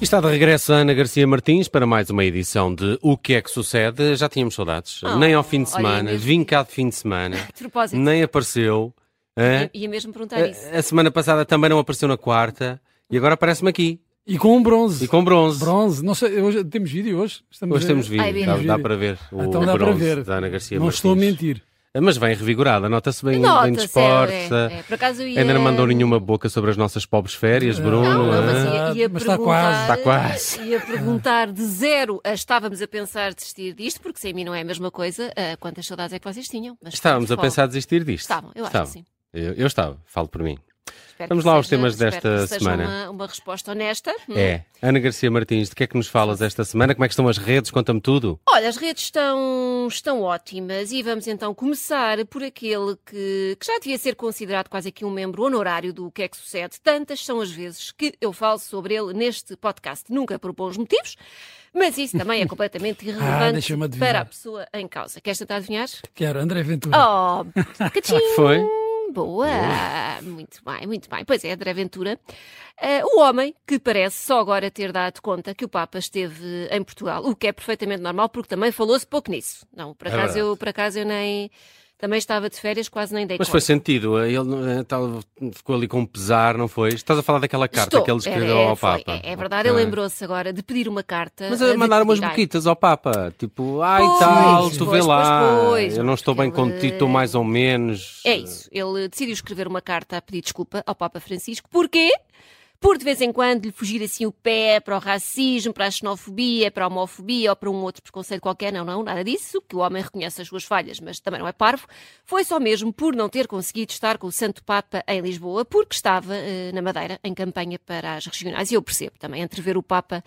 Está de regresso a Ana Garcia Martins para mais uma edição de O que é que sucede. Já tínhamos saudades. Oh, nem ao fim de olha, semana, mesmo. vim cá de fim de semana, De propósito, nem apareceu. hã? ia- ia mesmo perguntar isso. A, a semana passada também não apareceu na quarta e agora aparece-me aqui. E com um bronze. E com bronze. Bronze. Não sei, hoje, temos vídeo hoje? Estamos Hoje a- temos vídeo, Ai, bem. dá, Temos dá vídeo. para é ver o Então dá para bronze ver. da Ana Garcia Não Martins. estou a mentir. Mas vem revigorada, nota-se bem, bem Nota-se, disposta. é, é. Por acaso eu ia... Ainda não mandou é? nenhuma boca sobre as nossas pobres férias, Bruno. Não, não, mas hã? ia, ia Mas perguntar, está tá quase. Está quase. Ia perguntar de zero a estávamos a pensar desistir disto, porque sem mim não é a mesma coisa. ah, quantas saudades é que vocês tinham? Mas Estávamos a fala. pensar desistir disto. Estavam, eu Estavam. acho que sim. Eu, eu estava, falo por mim. Espero Vamos que lá aos seja- temas espero desta que seja semana. Uma, uma resposta honesta. Hum. É. Ana Garcia Martins, de que é que nos falas esta semana? Como é que estão as redes? Conta-me tudo. Olha, as redes estão, estão ótimas e vamos então começar por aquele que, que já devia ser considerado quase aqui um membro honorário do que é que sucede. Tantas são as vezes que eu falo sobre ele neste podcast, nunca por bons motivos, mas isso também é completamente irrelevante Ah, deixa-me adivinhar. para a pessoa em causa. Queres tentar adivinhar? Quero, André Ventura. Oh, cachim! Foi? Boa! Muito bem, muito bem. Pois é, André Ventura. eh, o homem que parece só agora ter dado conta que o Papa esteve em Portugal, o que é perfeitamente normal, porque também falou-se pouco nisso. Não, por É acaso, verdade. eu, por acaso eu nem. Também estava de férias, quase nem dei Mas foi conta. sentido. Ele eh, tal- ficou ali com um pesar, não foi? Estás a falar daquela carta Estou. que ele escreveu Era- é, ao foi. Papa. É, é verdade, Ok. ele lembrou-se agora de pedir uma carta. Mas eh, de mandaram umas pedir, ai, boquitas ao Papa, tipo, ai Pois, tal, tu vê pois, lá, pois, pois, eu não estou bem porque ele- contigo, estou mais ou menos. É isso. Ele decidiu escrever uma carta a pedir desculpa ao Papa Francisco. Porquê? Por de vez em quando lhe fugir assim o pé para o racismo, para a xenofobia, para a homofobia ou para um outro preconceito qualquer. Não, não, nada disso. Que o homem reconhece as suas falhas, mas também não é parvo. Foi só mesmo por não ter conseguido estar com o Santo Papa em Lisboa, porque estava eh, na Madeira, em campanha para as regionais. E eu percebo também, entrever o Papa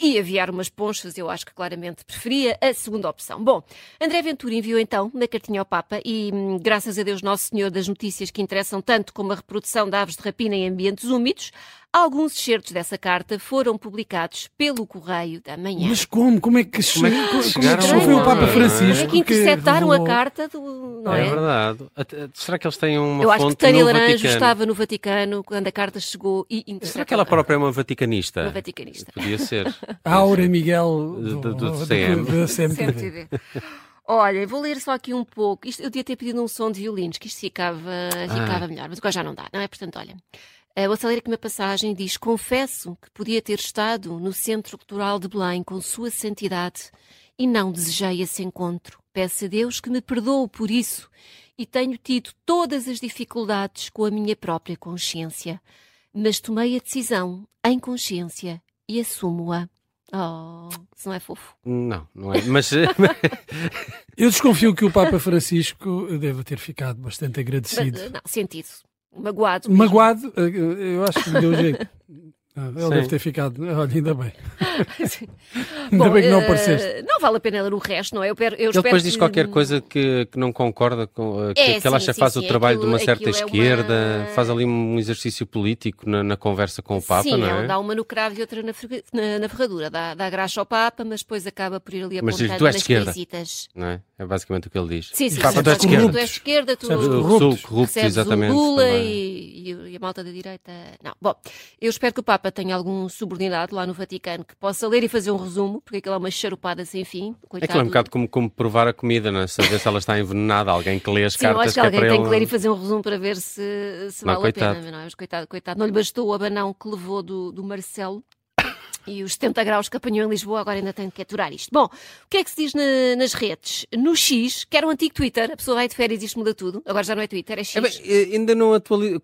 e aviar umas ponchas, eu acho que claramente preferia a segunda opção. Bom, André Ventura enviou então uma cartinha ao Papa e, hum, graças a Deus Nosso Senhor das notícias que interessam tanto como a reprodução de aves de rapina em ambientes úmidos, alguns excertos dessa carta foram publicados pelo Correio da Manhã. Mas como? Como é que, Como é que chegaram chegou foi lá? o Papa Como Francisco? é que interceptaram revelou- a carta do... Não É é? verdade. Até- Será que eles têm uma Eu acho que fonte Tânia no Laranjo Vaticano? estava no Vaticano quando a carta chegou e interceptou Será que ela a carta. própria é uma vaticanista? Uma vaticanista. Podia ser. A Aura Miguel Do- do- do, do do- CM. da CMTV. CMTV. Olha, vou ler só aqui um pouco. Isto- eu devia ter pedido um som de violinos, que isto ficava, ficava melhor, mas agora já não dá, não é? Portanto, olha. eh, O acelera que uma passagem diz: Confesso que podia ter estado no Centro Cultural de Belém com Sua Santidade e não desejei esse encontro. Peço a Deus que me perdoe por isso e tenho tido todas as dificuldades com a minha própria consciência. Mas tomei a decisão em consciência e assumo-a. Oh, isso não é fofo. Não, não é. Mas Eu desconfio que o Papa Francisco deve ter ficado bastante agradecido. Mas, não, sentido. Magoado. mesmo. Magoado, eh, eu acho que lhe deu jeito. Ah, Ele Sim. deve ter ficado. Olha, ainda bem. Sim. Ainda Bom, bem que não eh, apareceste. Não vale a pena ler o resto, não é? Eu, per- eu ele espero depois diz que- qualquer coisa que, que não concorda com. eh, Que, É, que ela sim, acha que sim, faz sim, o trabalho de uma aquilo- certa aquilo é esquerda, uma- faz ali um exercício político na, na conversa com o Papa, Sim, não ele é? dá um uma no cravo e outra na, ferga- na- na ferradura. Dá, dá graxa ao Papa, mas depois acaba por ir ali Mas diz-lhe, apontando "Tu és nas esquerda." coisitas. Não é? É basicamente o que ele diz. Sim, sim, Papa, sim, tu és tu és- esquerda. tu és esquerda, tu Percebes? Eu Corruptos. sou corrupto, recebes exatamente. o Lula também. e, e- e a malta da direita. Não. Bom, eu espero que o Papa tenha algum subordinado lá no Vaticano que possa ler e fazer um resumo, porque aquilo é uma charupada sem fim. Aquilo é um Coitado. bocado como, como provar a comida, não é? Saber se ela está envenenada, alguém que lê as Sim, eu cartas acho que alguém é para tem que ler ele. e fazer um resumo para ver se, se Não, vale a coitado. pena. Não, é? Mas coitado, coitado. Não lhe bastou o abanão que levou do, do Marcelo e os 70 graus que apanhou em Lisboa, agora ainda tem que aturar isto. Bom, o que é que se diz na- nas redes? No X, que era o antigo Twitter, a pessoa vai de férias e isto muda tudo. Agora já não é Twitter, é X. É bem, eh, ainda não atualiza.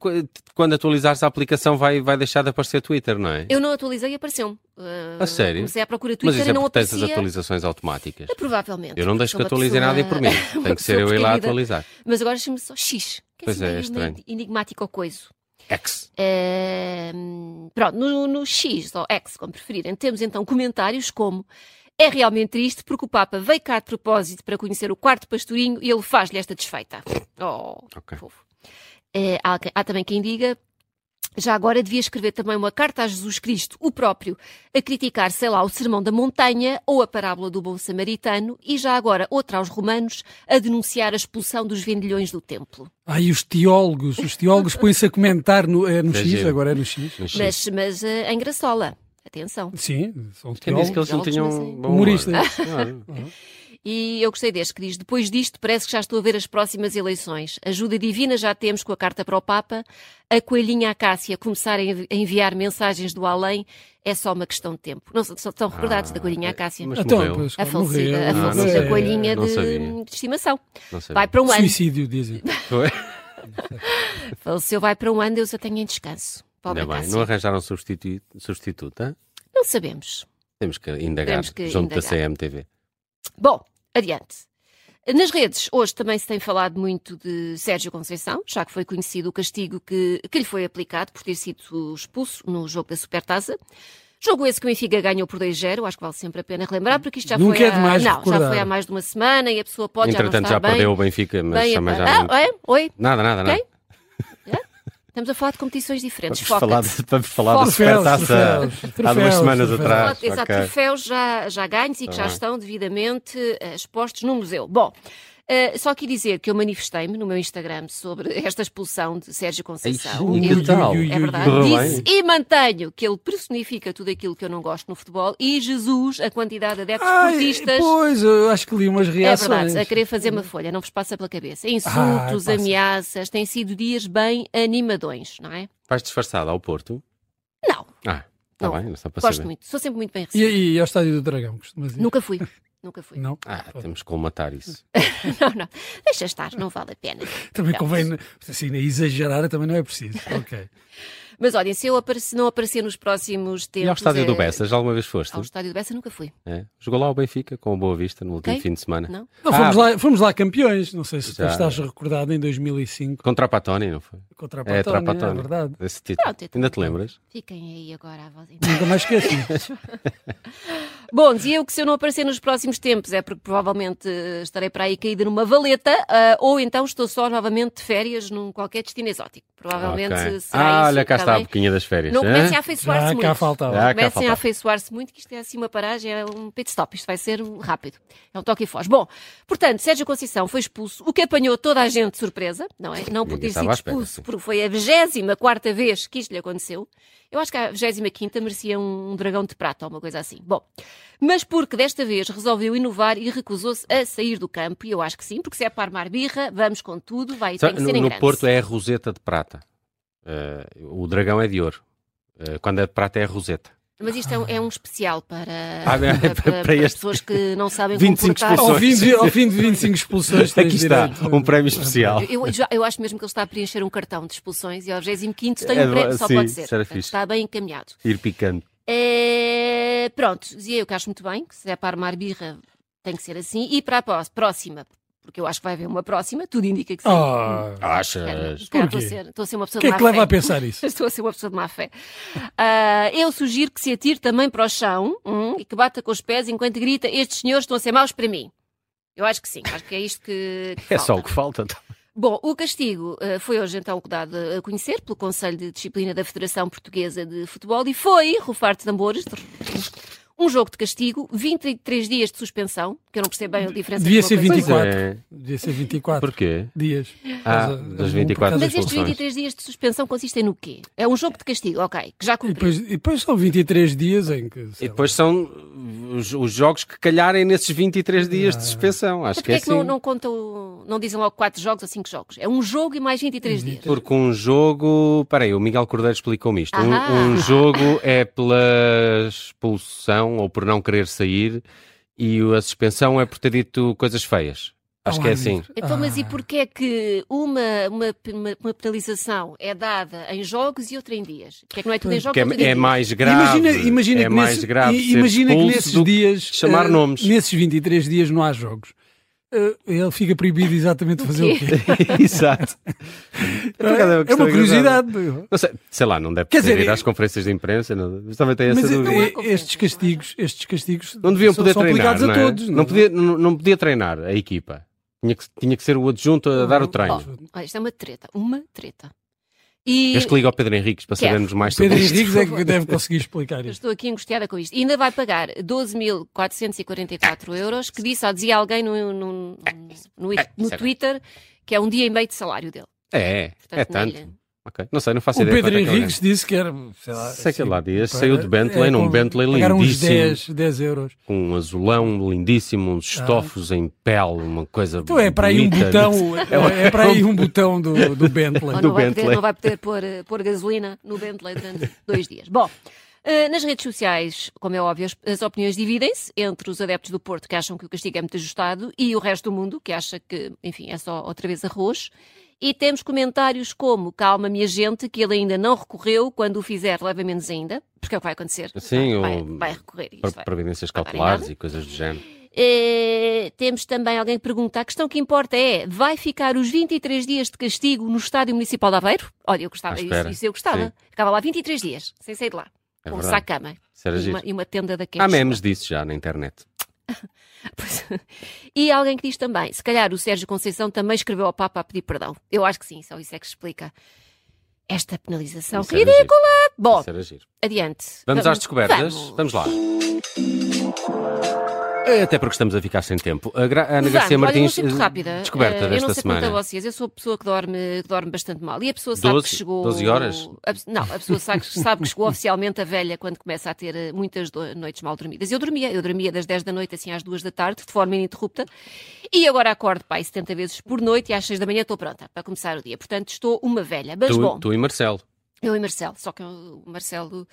Quando atualizares a aplicação, vai, vai deixar de aparecer Twitter, não é? Eu não atualizei e apareceu-me. Ah, A sério? Comecei à procura do Mas Twitter isso e é não porque tens aparecia. É, as atualizações automáticas. Provavelmente. Eu não porque deixo sou que uma atualizem pessoa- nada por mim. uma Tem que ser eu pessoa ir lá precavida. atualizar. Mas agora chama-me só X. Que Pois assim é, é meio- estranho. meio Enigmático ou coisa. X. Ehm, pronto, no, no X ou X, como preferirem, temos então comentários como é realmente triste porque o Papa veio cá de propósito para conhecer o quarto pastorinho e ele faz-lhe esta desfeita. Oh, Ok. fofo. Eh, há, quem- há também quem diga. Já agora devia escrever também uma carta a Jesus Cristo, o próprio, a criticar, sei lá, o Sermão da Montanha ou a parábola do Bom Samaritano, e já agora outra aos romanos a denunciar a expulsão dos vendilhões do templo. Ai, os teólogos, os teólogos põem-se a comentar no, é no É X, giro. agora é no X. Mas sim. Mas, mas eh, em Graçola. Atenção. Sim, são Quem disse que eles teólogos. não assim. Teólogos, tinham mas bom é- humor? Ah, Uhum. Humoristas. Claro. E eu gostei deste que diz: depois disto, parece que já estou a ver as próximas eleições. Ajuda divina já temos com a carta para o Papa. A coelhinha Acácia começar a envi- a enviar mensagens do além é só uma questão de tempo. Não são- são- estão recordados da coelhinha Acácia? Ah, é, Mas Então, morreu. pois, é A quando falecida, morreu, a Ah, não falecida sabia. coelhinha Não de, sabia. Tá de estimação. Não sei. Vai para um ano. Suicídio, dizem. Foi. Faleceu, vai para um ano, Deus a tenha em descanso. Pobre Ainda bem, Acácia. não arranjaram substitu- substituta? Não sabemos. Temos que indagar Temos que junto da indagar. CMTV. Bom, adiante. Nas redes, hoje também se tem falado muito de Sérgio Conceição, já que foi conhecido o castigo que, que lhe foi aplicado por ter sido expulso no jogo da Supertaça. Jogo esse que o Benfica ganhou por 2-0, acho que vale sempre a pena relembrar, porque isto já, Nunca foi, é demais há, não, já recordar. foi há mais de uma semana e a pessoa pode já não Entretanto, estar já bem. perdeu o Benfica, mas bem também apa- já. não- Ah, é? Oi? Nada, nada, nada. Quem? Estamos a falar de competições diferentes. Vamos falar, Foca-te. de, vamos falar da Foca-se. Troféus, supertaça há duas troféus, semanas troféus. atrás. Exato, Ok. troféus já, já ganhos e que Tá já bem. estão devidamente eh, expostos no museu. Bom, eh, só aqui dizer que eu manifestei-me no meu Instagram sobre esta expulsão de Sérgio Conceição. Ixi, Eu- que tal? ui, ui, é verdade. Correu bem? Disse e mantenho que ele personifica tudo aquilo que eu não gosto no futebol e Jesus, a quantidade de adeptos Ai, esportistas. pois, eu acho que li umas É reações. verdade, a querer fazer uma folha, não vos passa pela cabeça. Ah, Insultos, passa. ameaças, têm sido dias bem animadões, não é? Vais disfarçado ao Porto? Não, Ah, está Não. bem, não só para gosto saber. muito, sou sempre muito bem E, recebida. e ao Estádio do Dragão, costumas ir? Nunca fui, nunca fui. Não? Ah, temos que colmatar isso. Não, não, deixa estar, não vale a pena. Também Não. convém, assim, exagerar também não é preciso. Ok. Mas olhem, se eu aparecer- não aparecer nos próximos tempos. E ao estádio do eh, Bessas, alguma vez foste? Ao estádio do Bessa nunca fui. É? Jogou lá o Benfica com o Boa Vista no último Quem? fim de semana. Não? Não, Ah, fomos, lá, fomos lá campeões, não sei se tu Já. estás recordado, em 2005, Contra a Patoni, não foi? contra a É, Patrónia, Trapattoni. é verdade. Esse título. Pronto, então. Ainda te lembras? Fiquem aí agora à voz. Nunca mais esqueci. Bom, dizia eu que se eu não aparecer nos próximos tempos é porque provavelmente eh, estarei para aí caída numa valeta ah, ou então estou só novamente de férias num qualquer destino exótico. Provavelmente Ok. será Ah, isso. olha, cá tá está a bem? boquinha das férias. Não hã? comecem a afeiçoar-se Já muito. cá faltava. Já Ah, cá comecem faltava. a afeiçoar-se muito, que isto é assim uma paragem, é um pit stop, isto vai ser um rápido. É um toque e foz. Bom, portanto, Sérgio Conceição foi expulso, o que apanhou toda a gente de surpresa, não é? Não por Ninguém ter estava sido à espera, expulso, sim. porque foi a 24 vez que isto lhe aconteceu. Eu acho que a 25 merecia um, um dragão de prata ou uma coisa assim. Bom, mas porque desta vez resolveu inovar e recusou-se a sair do campo, e eu acho que sim, porque se é para armar birra, vamos com tudo, vai Só- ter que no, ser em no grande. Porto é a roseta de prata. Eh, o dragão é de ouro. Eh, quando é de prata é a roseta. Mas isto é um, é um especial para, Ah, para, bem, para- para para este. pessoas que não sabem 25 comportar. ao, expulsões. fim de, ao fim de 25 expulsões, tens Aqui está, direito. um prémio especial. Eu, eu já- eu acho mesmo que ele está a preencher um cartão de expulsões e ao 25 tem É, um prémio, só sim, pode ser. isso era Portanto, fixe. Está bem encaminhado. Ir picante. É, pronto, dizia eu que acho muito bem, que se é para armar birra tem que ser assim. E para a pró- próxima, porque eu acho que vai haver uma próxima, tudo indica que sim. Ah, Cara, Achas? cara, estou, a Porquê? ser, estou a ser uma pessoa o que é de que má leva a fé. pensar isso? Estou a ser uma pessoa de má fé. Ah, eu sugiro que se atire também para o chão hum, e que bata com os pés enquanto grita: Estes senhores estão a ser maus para mim. Eu acho que sim, acho que é isto que. que É falta. só o que falta. tá? Bom, o castigo ah, foi hoje então dado a conhecer pelo Conselho de Disciplina da Federação Portuguesa de Futebol e foi, rufar de tambores, um jogo de castigo, 23 dias de suspensão, que eu não percebo bem a diferença. Devia entre uma ser coisa e outra. Pois 24. é. Devia ser 24 Porquê? dias. Ah, Mas, dos por 24 causa das Mas estes expulsões. 23 dias de suspensão consistem no quê? É um jogo de castigo, ok, que já E cumpriu. Então, depois, e depois são 23 dias em que. sei E lá, depois são os, os jogos que calharem nesses 23 dias Ah. de suspensão. Acho Mas que porquê é é que não, assim. não contam, não dizem logo 4 jogos ou 5 jogos? É um jogo e mais 23 dias. Porque um jogo. Peraí, o Miguel Cordeiro explicou-me isto. Um, Ahá. um jogo é pela expulsão ou por não querer sair e a suspensão é por ter dito coisas feias. Acho ao que é ar assim. livre. Então, mas e Ah, porquê é que uma, uma, pe- uma- uma penalização é dada em jogos e outra em dias? Porquê é que não é tudo em jogos Porque e outra em é, é dias? mais grave. Imagina, imagina é que mais nesse- grave. i- ser imagina que expulso nesses do que dias. chamar eh, nomes. Nesses 23 dias não há jogos. Eh, ele fica proibido exatamente de fazer o quê? Exato. Então, Por acaso É questão uma engraçada. curiosidade. Não sei, sei lá, não deve Quer poder dizer, é- ir às conferências de imprensa, não, mas também tem essa Mas eh, dúvida. não é- confiança, estes castigos, estes castigos Não deviam são, poder são treinar. aplicados Não, é? a todos. não, podia, não, não podia treinar a equipa. Tinha que, tinha que ser o adjunto a dar o treino. Oh, Olha, isto é uma treta, uma treta. E Queres que ligue ao Pedro Henriques para Quero. sabermos mais sobre Pedro isto? Henriques é que deve conseguir explicar eu isto. estou aqui angustiada com isto. E ainda vai pagar 12.444 euros, que disse, ou dizia alguém no, no, no, no- no isso é bem. Twitter, que é um dia e meio de salário dele. É, é, Portanto, é não lhe- tanto. Ok, não sei, não faço O ideia. Pedro quanto é que ele Henriques disse que era, sei lá. Sei que é assim, lá dias para- saiu de Bentley, é, num com- Bentley Pagaram uns lindíssimo. 10, 10 euros. com um azulão lindíssimo, uns Ah. estofos em pele, uma coisa Então é para aí um bonita. botão, é, para aí um botão do, do Bentley. Ou não, vai Bentley. poder, não vai poder pôr, eh, pôr gasolina no Bentley durante dois dias. Bom, eh, nas redes sociais, como é óbvio, as- as opiniões dividem-se entre os adeptos do Porto, que acham que o castigo é muito ajustado, e o resto do mundo, que acha que, enfim, é só outra vez arroz. E temos comentários como, calma minha gente, que ele ainda não recorreu, quando o fizer leva menos ainda, porque é o que vai acontecer. Sim, vai, o- vai, vai recorrer. e Para Isto vai. providências Não vai dar em cautelares nada. e coisas do género. Eh, temos também alguém que pergunta: a questão que importa é, vai ficar os 23 dias de castigo no Estádio Municipal de Aveiro? Olha, eu À gostava, isso, espera. isso eu gostava. Sim. Ficava lá 23 dias, sem sair de lá. É com um verdade. saco à mãe Isso era e giro. uma, e uma tenda daqueles. Há memes disso já na internet. Pois. E alguém que diz também: se calhar o Sérgio Conceição também escreveu ao Papa a pedir perdão. Eu acho que sim, só isso é que explica esta penalização. Isso era giro. Bom, Isso era giro. adiante. Vamos, às descobertas? Então, Vamos Vamos. lá. Até porque estamos a ficar sem tempo. A Gra- Ana Garcia Vamos, olha, eu vou Martins, ser muito eh, rápida. descoberta Eh, desta eu não sei semana. quanto a vocês, eu sou a pessoa que dorme, que dorme bastante mal. E a pessoa sabe Doze? que chegou. Doze horas? A pe- não, a pessoa sabe, sabe que chegou oficialmente a velha quando começa a ter eh, muitas do- noites mal dormidas. Eu dormia, eu dormia das 10 da noite assim às 2 da tarde, de forma ininterrupta. E agora acordo, pai, 70 vezes por noite e às 6 da manhã estou pronta para começar o dia. Portanto, estou uma velha. Mas bom, tu, tu e Marcelo. eu e Marcelo, só que o Marcelo.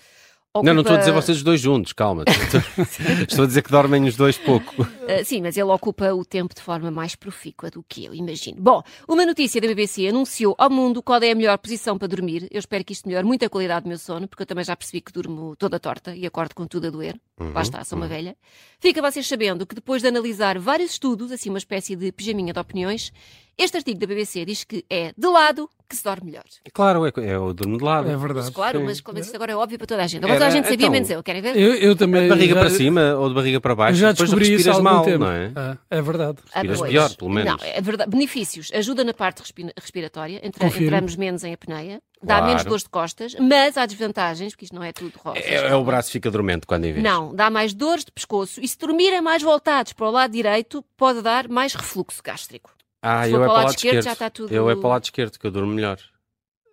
Não, não estou a ocupa- dizer vocês os dois juntos, calma. estou a dizer que dormem os dois pouco. Uh, sim, mas ele ocupa o tempo de forma mais profícua do que eu, imagino. Bom, uma notícia da BBC anunciou ao mundo qual é a melhor posição para dormir. Eu espero que isto melhore muito a qualidade do meu sono, porque eu também já percebi que durmo toda torta e acordo com tudo a doer. Lá está, sou uma velha. Fica vocês sabendo que depois de analisar vários estudos, assim uma espécie de pijaminha de opiniões, este artigo da BBC diz que é de lado que se dorme melhor. Claro, é, é o dorme de lado. É verdade. Claro, Sim. mas como isto agora é óbvio para toda a gente. Agora Era- toda a gente sabia, então- menos eu. Querem ver? Eu, eu também. barriga já- para cima ou de barriga para eu baixo, já depois descobri isso há respiras algum mal, tempo. não é? Ah, é verdade. Respiras pois. pior, pelo menos. Não, é verdade. Benefícios. Ajuda na parte respi- respiratória. Entra- Confirmo. entramos menos em apneia. Dá Claro. menos dores de costas. Mas há desvantagens, porque isto não é tudo rosa. É, é o braço que fica dormente quando em vez. Não, dá mais dores de pescoço. E se dormirem mais voltados para o lado direito, pode dar mais refluxo gástrico. Ah, Se eu for é para o lado esquerdo. já está tudo- Eu é para o lado esquerdo que eu durmo melhor.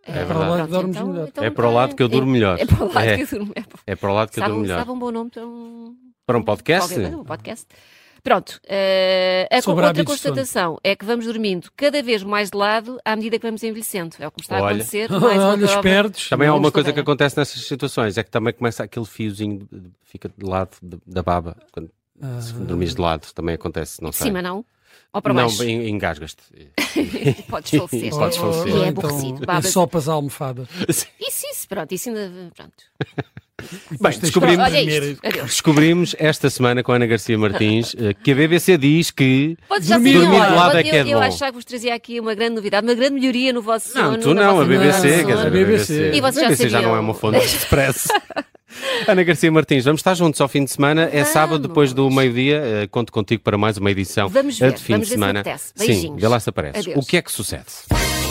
É Eh, verdade. Para o lado que dormes melhor. é para o lado que eu durmo melhor. então É para o lado É, que eu durmo melhor. é para o lado que eu Sabe durmo um, melhor. sabe um bom nome para um... Para um podcast? Qualquer coisa, um podcast. Pronto, eh, a co- Sobre outra hábitos de sono. constatação é que vamos dormindo cada vez mais de lado à medida que vamos envelhecendo. É o que me está a Olha. acontecer. Mais uma Olha, prova. espertos. Também há Não uma estou coisa que bem. acontece nessas situações, é que também começa aquele fiozinho de- de- fica de lado de- da baba. Quando Ah. se dormires de lado, também acontece, não De sei. cima, não? Ou para não, baixo? en- engasgas-te. Podes falecer. Podes Ou- ou- falecer. ou E é então, aborrecido. Babas. Sopas à almofada. Isso, isso, pronto, isso ainda. Pronto. Bem, é pronto descobrimos, olha isto. Adeus. descobrimos esta semana com a Ana Garcia Martins eh, que a BBC diz que Podes já Dormir- sair dormir de embora. lado Pode- é que é eu, eu bom. achava que vos trazia aqui uma grande novidade, uma grande melhoria no vosso Não, sono, tu na não, vossa a BBC, qualidade de quer dizer, a sono. BBC. BBC. E vocês já a BBC já sabiam. não é uma fonte de expresso. Ana Garcia Martins, vamos estar juntos ao fim de semana. É sábado, depois do Vamos. meio-dia. Eh, Conto contigo para mais uma edição Vamos eh, ver, de fim vamos de ver se semana. apetece. Sim, Beijinhos. vê lá se aparece. Adeus. O que é que sucede?